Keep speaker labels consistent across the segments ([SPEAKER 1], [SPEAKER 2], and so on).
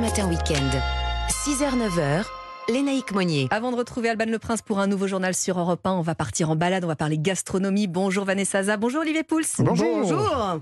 [SPEAKER 1] matin week-end. 6h-9h, Lénaïque Monnier.
[SPEAKER 2] Avant de retrouver Alban Le Prince pour un nouveau journal sur Europe 1, on va partir en balade, on va parler gastronomie. Bonjour Vanessa Za, bonjour Olivier Pouls.
[SPEAKER 3] Bonjour.
[SPEAKER 2] Bonjour.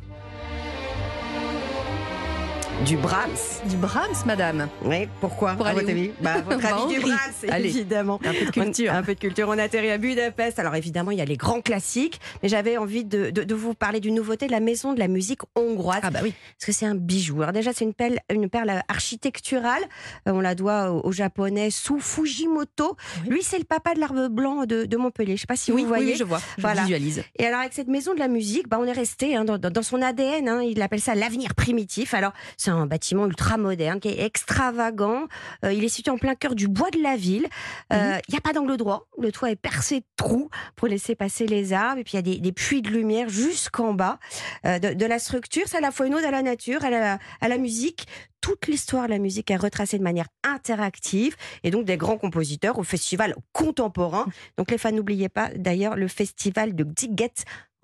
[SPEAKER 4] Du Brahms.
[SPEAKER 2] Du Brahms, madame.
[SPEAKER 4] Oui, pourquoi
[SPEAKER 2] Pour
[SPEAKER 4] à
[SPEAKER 2] aller
[SPEAKER 4] votre
[SPEAKER 2] où
[SPEAKER 4] avis bah, à votre
[SPEAKER 2] Bah, en
[SPEAKER 4] avis du
[SPEAKER 2] Hongrie.
[SPEAKER 4] Brahms,
[SPEAKER 2] Allez.
[SPEAKER 4] évidemment.
[SPEAKER 2] Un peu de
[SPEAKER 4] On-
[SPEAKER 2] culture.
[SPEAKER 4] un peu de culture. On atterrit à Budapest. Alors évidemment, il y a les grands classiques, mais j'avais envie de, de- de vous parler d'une nouveauté de la maison de la musique hongroise.
[SPEAKER 2] Ah bah oui.
[SPEAKER 4] Parce que c'est un bijou. Alors déjà, c'est une perle, une perle architecturale. Euh, on la doit au, au japonais Sou Fujimoto.
[SPEAKER 2] Oui.
[SPEAKER 4] Lui, c'est le papa de l'arbre blanc de, de Montpellier. Je ne sais pas si vous voyez.
[SPEAKER 2] je vois. Je
[SPEAKER 4] Voilà.
[SPEAKER 2] visualise.
[SPEAKER 4] Et alors avec cette maison de la musique, bah, on est resté hein, dans, dans- dans son ADN. hein. il appelle ça l'avenir primitif. Alors c'est un bâtiment ultra moderne qui est extravagant. Euh, il est situé en plein cœur du bois de la ville. Euh, Il n'y a pas d'angle droit. Le toit est percé de trous pour laisser passer les arbres. Et puis il y a des, des puits de lumière jusqu'en bas euh, de, de la structure. C'est à la fois une ode à la nature, à la, à la musique. Toute l'histoire de la musique est retracée de manière interactive et donc des grands compositeurs au festival contemporain. Donc les fans, n'oubliez pas d'ailleurs le festival de Gziget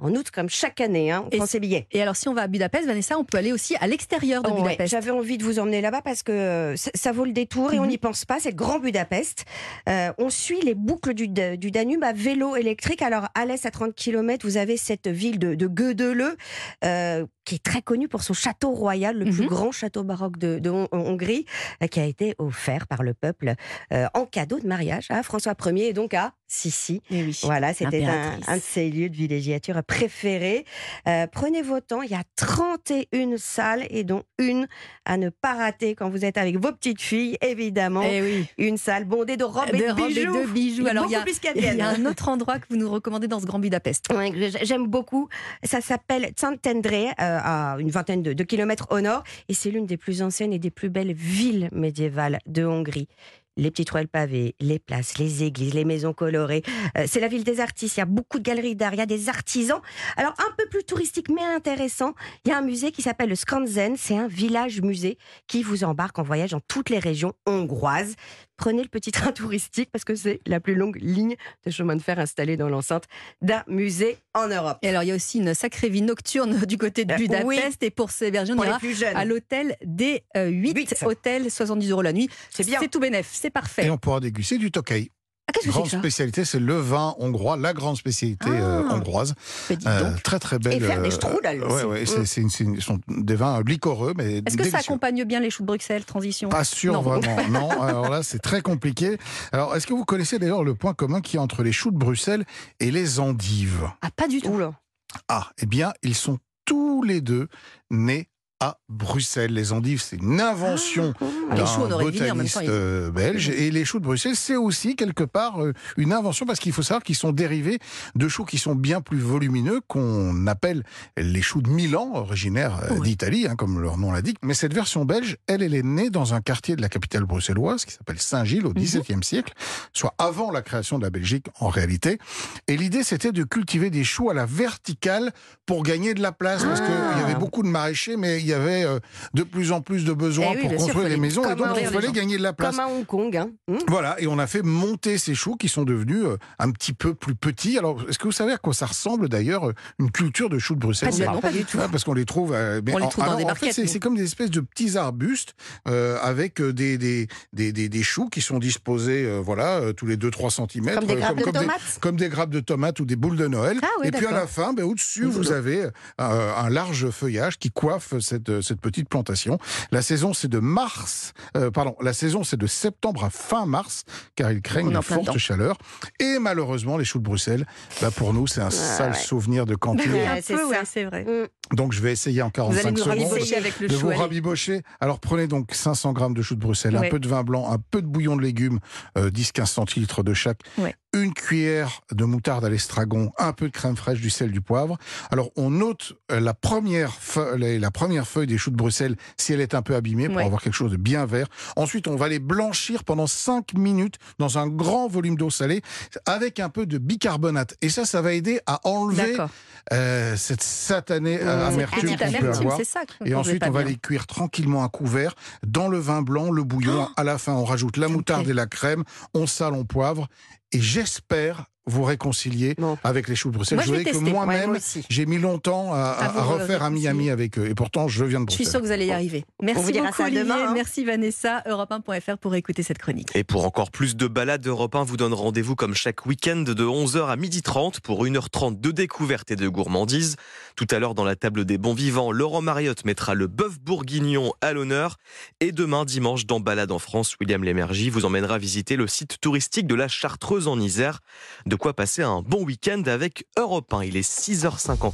[SPEAKER 4] en août comme chaque année. Hein, on
[SPEAKER 2] Et-
[SPEAKER 4] prend ses billets.
[SPEAKER 2] Et alors, si on va à Budapest, Vanessa, on peut aller aussi à l'extérieur de
[SPEAKER 4] Oh, ouais,
[SPEAKER 2] Budapest.
[SPEAKER 4] J'avais envie de vous emmener là-bas parce que euh, ça, ça vaut le détour et on
[SPEAKER 2] Mhm.
[SPEAKER 4] n'y pense pas. C'est le Grand Budapest. Euh, on suit les boucles du, Da- du Danube à vélo électrique. Alors à l'est, à 30 km, vous avez cette ville de, de Gödöllő euh, qui est très connue pour son château royal, le plus
[SPEAKER 2] Mhm.
[SPEAKER 4] grand château baroque de, de Hon- Hongrie, euh, qui a été offert par le peuple euh, en cadeau de mariage à François Ier et donc à Sissi.
[SPEAKER 2] Eh oui.
[SPEAKER 4] Voilà, c'était un,
[SPEAKER 2] Impératrice.
[SPEAKER 4] un de ses lieux de villégiature préférés. Euh, prenez vos temps, il y a 31 salles et dont une à ne pas rater quand vous êtes avec vos petites filles, évidemment.
[SPEAKER 2] Eh oui.
[SPEAKER 4] Une salle bondée de robes et
[SPEAKER 2] De
[SPEAKER 4] de
[SPEAKER 2] robes et
[SPEAKER 4] oh, bijoux.
[SPEAKER 2] de bijoux.
[SPEAKER 4] Il y a
[SPEAKER 2] Alors, il y
[SPEAKER 4] beaucoup
[SPEAKER 2] a-
[SPEAKER 4] plus qu'à
[SPEAKER 2] Il y
[SPEAKER 4] Vienne.
[SPEAKER 2] a un autre endroit que vous nous recommandez dans ce grand Budapest.
[SPEAKER 4] Ouais, que j'a- J'aime beaucoup. Ça s'appelle Szentendre, euh, à une vingtaine de, de kilomètres au nord, et c'est l'une des plus anciennes et des plus belles villes médiévales de Hongrie. Les petites ruelles pavées, les places, les églises, les maisons colorées. Euh, c'est la ville des artistes. Il y a beaucoup de galeries d'art, il y a des artisans. Alors, un peu plus touristique, mais intéressant. Il y a un musée qui s'appelle le Skansen. C'est un village-musée qui vous embarque en voyage dans toutes les régions hongroises. Prenez le petit train touristique parce que c'est la plus longue ligne de chemin de fer installée dans l'enceinte d'un musée en Europe.
[SPEAKER 2] Et alors, il y a aussi une sacrée vie nocturne du côté de
[SPEAKER 4] Euh,
[SPEAKER 2] Budapest.
[SPEAKER 4] oui.
[SPEAKER 2] Et pour s'héberger, on
[SPEAKER 4] Pour les
[SPEAKER 2] ira
[SPEAKER 4] plus jeunes.
[SPEAKER 2] à l'hôtel des euh, 8.
[SPEAKER 4] Huit.
[SPEAKER 2] Hôtel, 70 euros la nuit.
[SPEAKER 4] C'est bien.
[SPEAKER 2] C'est tout bénef, c'est parfait.
[SPEAKER 3] Et on pourra déguster du Tokay.
[SPEAKER 2] Ah, qu'est-ce que c'est
[SPEAKER 3] Grande
[SPEAKER 2] que ça
[SPEAKER 3] spécialité, c'est le vin hongrois, la grande spécialité
[SPEAKER 2] Ah.
[SPEAKER 3] euh, hongroise.
[SPEAKER 2] Mais dites
[SPEAKER 3] Euh,
[SPEAKER 2] Bah, donc.
[SPEAKER 3] très très belle.
[SPEAKER 4] Et faire des
[SPEAKER 3] euh,
[SPEAKER 4] strudels aussi.
[SPEAKER 3] ouais, ouais,
[SPEAKER 4] Mm.
[SPEAKER 3] c'est, c'est une- c'est une- sont des vins liquoreux, mais
[SPEAKER 2] Est-ce que ça
[SPEAKER 3] délicieux.
[SPEAKER 2] accompagne bien les choux de Bruxelles, transition
[SPEAKER 3] Pas sûr
[SPEAKER 2] Non.
[SPEAKER 3] vraiment, non. Alors là, c'est très compliqué. Alors, est-ce que vous connaissez d'ailleurs le point commun qui est entre les choux de Bruxelles et les endives
[SPEAKER 2] Ah, pas du tout.
[SPEAKER 4] Oula.
[SPEAKER 3] Ah, eh bien, ils sont tous les deux nés à Bruxelles. Les endives, c'est une invention
[SPEAKER 2] Ah, les choux, on
[SPEAKER 3] d'un
[SPEAKER 2] aurait deviné en même temps,
[SPEAKER 3] botaniste
[SPEAKER 2] ils-
[SPEAKER 3] euh, belge. Et les choux de Bruxelles, c'est aussi quelque part euh, une invention parce qu'il faut savoir qu'ils sont dérivés de choux qui sont bien plus volumineux qu'on appelle les choux de Milan, originaires euh,
[SPEAKER 2] Ouais.
[SPEAKER 3] d'Italie, hein, comme leur nom l'indique. Mais cette version belge, elle, elle est née dans un quartier de la capitale bruxelloise qui s'appelle Saint-Gilles
[SPEAKER 2] Mhm.
[SPEAKER 3] au XVIIe siècle, soit avant la création de la Belgique en réalité. Et l'idée, c'était de cultiver des choux à la verticale pour gagner de la place parce
[SPEAKER 2] Ah.
[SPEAKER 3] qu'il y avait beaucoup de maraîchers, mais il y avait euh, de plus en plus de besoins
[SPEAKER 2] Eh oui,
[SPEAKER 3] pour
[SPEAKER 2] bien sûr,
[SPEAKER 3] construire
[SPEAKER 2] fallait
[SPEAKER 3] les maisons et
[SPEAKER 4] comment
[SPEAKER 3] donc il
[SPEAKER 4] ouvrir les
[SPEAKER 3] fallait
[SPEAKER 4] gens.
[SPEAKER 3] gagner de la place.
[SPEAKER 4] Comme à Hong Kong. Hein. Hmm
[SPEAKER 3] Voilà, et on a fait monter ces choux qui sont devenus euh, un petit peu plus petits. Alors, est-ce que vous savez à quoi ça ressemble d'ailleurs euh, une culture de choux de Bruxelles
[SPEAKER 2] Pas du- non, pas du tout.
[SPEAKER 3] Ouais, parce qu'on les trouve. euh, mais
[SPEAKER 2] On les trouve dans des
[SPEAKER 3] en fait,
[SPEAKER 2] barquettes,
[SPEAKER 3] c'est-
[SPEAKER 2] nous.
[SPEAKER 3] c'est comme des espèces de petits arbustes euh, avec euh, des, des, des, des, des choux qui sont disposés, euh, voilà, euh, tous les 2-3 cm.
[SPEAKER 4] Comme des grappes de tomates.
[SPEAKER 3] euh, comme des grappes de tomates ou des boules de Noël.
[SPEAKER 2] Ah oui,
[SPEAKER 3] et puis à
[SPEAKER 2] d'accord.
[SPEAKER 3] la fin, ben, au-dessus, vous avez euh, un large feuillage qui coiffe cette, euh, cette petite plantation. La saison, c'est de mars, euh, pardon, la saison, c'est de septembre à fin mars, car ils craignent
[SPEAKER 2] On est en
[SPEAKER 3] une
[SPEAKER 2] plein
[SPEAKER 3] forte
[SPEAKER 2] dedans.
[SPEAKER 3] chaleur. Et malheureusement, les choux de Bruxelles, bah, pour nous, c'est un sale
[SPEAKER 4] ouais.
[SPEAKER 3] souvenir de cantine.
[SPEAKER 4] Ouais,
[SPEAKER 2] Oui, un
[SPEAKER 4] c'est
[SPEAKER 2] peu,
[SPEAKER 4] ça.
[SPEAKER 2] ouais, c'est vrai.
[SPEAKER 3] Donc, je vais essayer en
[SPEAKER 2] Vous allez
[SPEAKER 3] 45
[SPEAKER 2] nous
[SPEAKER 3] secondes
[SPEAKER 2] rabibocher avec le
[SPEAKER 3] de vous
[SPEAKER 2] chou. allez.
[SPEAKER 3] rabibocher. Alors prenez donc 500 grammes de choux de Bruxelles,
[SPEAKER 2] Ouais.
[SPEAKER 3] un peu de vin blanc, un peu de bouillon de légumes, euh, 10-15 centilitres de chaque,
[SPEAKER 2] Ouais.
[SPEAKER 3] une cuillère de moutarde à l'estragon, un peu de crème fraîche, du sel, du poivre. Alors on ôte euh, la première, feu- la la première feuille des choux de Bruxelles si elle est un peu abîmée pour
[SPEAKER 2] Ouais.
[SPEAKER 3] avoir quelque chose de bien vert. Ensuite on va les blanchir pendant 5 minutes dans un grand volume d'eau salée avec un peu de bicarbonate. Et ça, ça va aider à enlever
[SPEAKER 2] D'accord.
[SPEAKER 3] euh, cette satanée euh,
[SPEAKER 4] Mmh.
[SPEAKER 3] amertume
[SPEAKER 2] Petite
[SPEAKER 3] qu'on peut
[SPEAKER 2] amertume,
[SPEAKER 3] avoir.
[SPEAKER 2] c'est ça. qu'on-
[SPEAKER 3] Et
[SPEAKER 2] qu'on
[SPEAKER 3] ensuite,
[SPEAKER 2] veut
[SPEAKER 3] on
[SPEAKER 2] pas
[SPEAKER 3] va
[SPEAKER 2] bien.
[SPEAKER 3] les cuire tranquillement à couvert dans le vin blanc, le bouillon. à la fin, on rajoute la
[SPEAKER 2] Ah me
[SPEAKER 3] moutarde
[SPEAKER 2] plaît.
[SPEAKER 3] et la crème. On sale, on poivre. Et j'espère vous réconcilier
[SPEAKER 4] Bon.
[SPEAKER 3] avec les choux de Bruxelles.
[SPEAKER 2] Moi,
[SPEAKER 3] je
[SPEAKER 2] je vais
[SPEAKER 3] voulais que
[SPEAKER 2] tester. Ouais,
[SPEAKER 3] moi-même,
[SPEAKER 2] moi aussi.
[SPEAKER 3] j'ai mis longtemps à,
[SPEAKER 2] À
[SPEAKER 3] à
[SPEAKER 2] vous
[SPEAKER 3] refaire à
[SPEAKER 2] réconcilier.
[SPEAKER 3] Miami avec eux. Et pourtant, je viens de
[SPEAKER 2] Je suis
[SPEAKER 3] Bruxelles.
[SPEAKER 2] sûre que vous allez y arriver. Merci
[SPEAKER 4] vous dira
[SPEAKER 2] beaucoup,
[SPEAKER 4] ça
[SPEAKER 2] Olivier.
[SPEAKER 4] demain, hein.
[SPEAKER 2] Merci, Vanessa. Europe1.fr pour écouter cette chronique.
[SPEAKER 5] Et pour encore plus de balades, Europe 1 vous donne rendez-vous comme chaque week-end de 11h à 12h30 pour 1h30 de découverte et de gourmandise. Tout à l'heure, dans la table des bons vivants, Laurent Mariotte mettra le bœuf bourguignon à l'honneur. Et demain, dimanche, dans Balade en France, William Lémergie vous emmènera visiter le site touristique de la Chartreuse en Isère. De quoi passer un bon week-end avec Europe 1. Il est 6h59.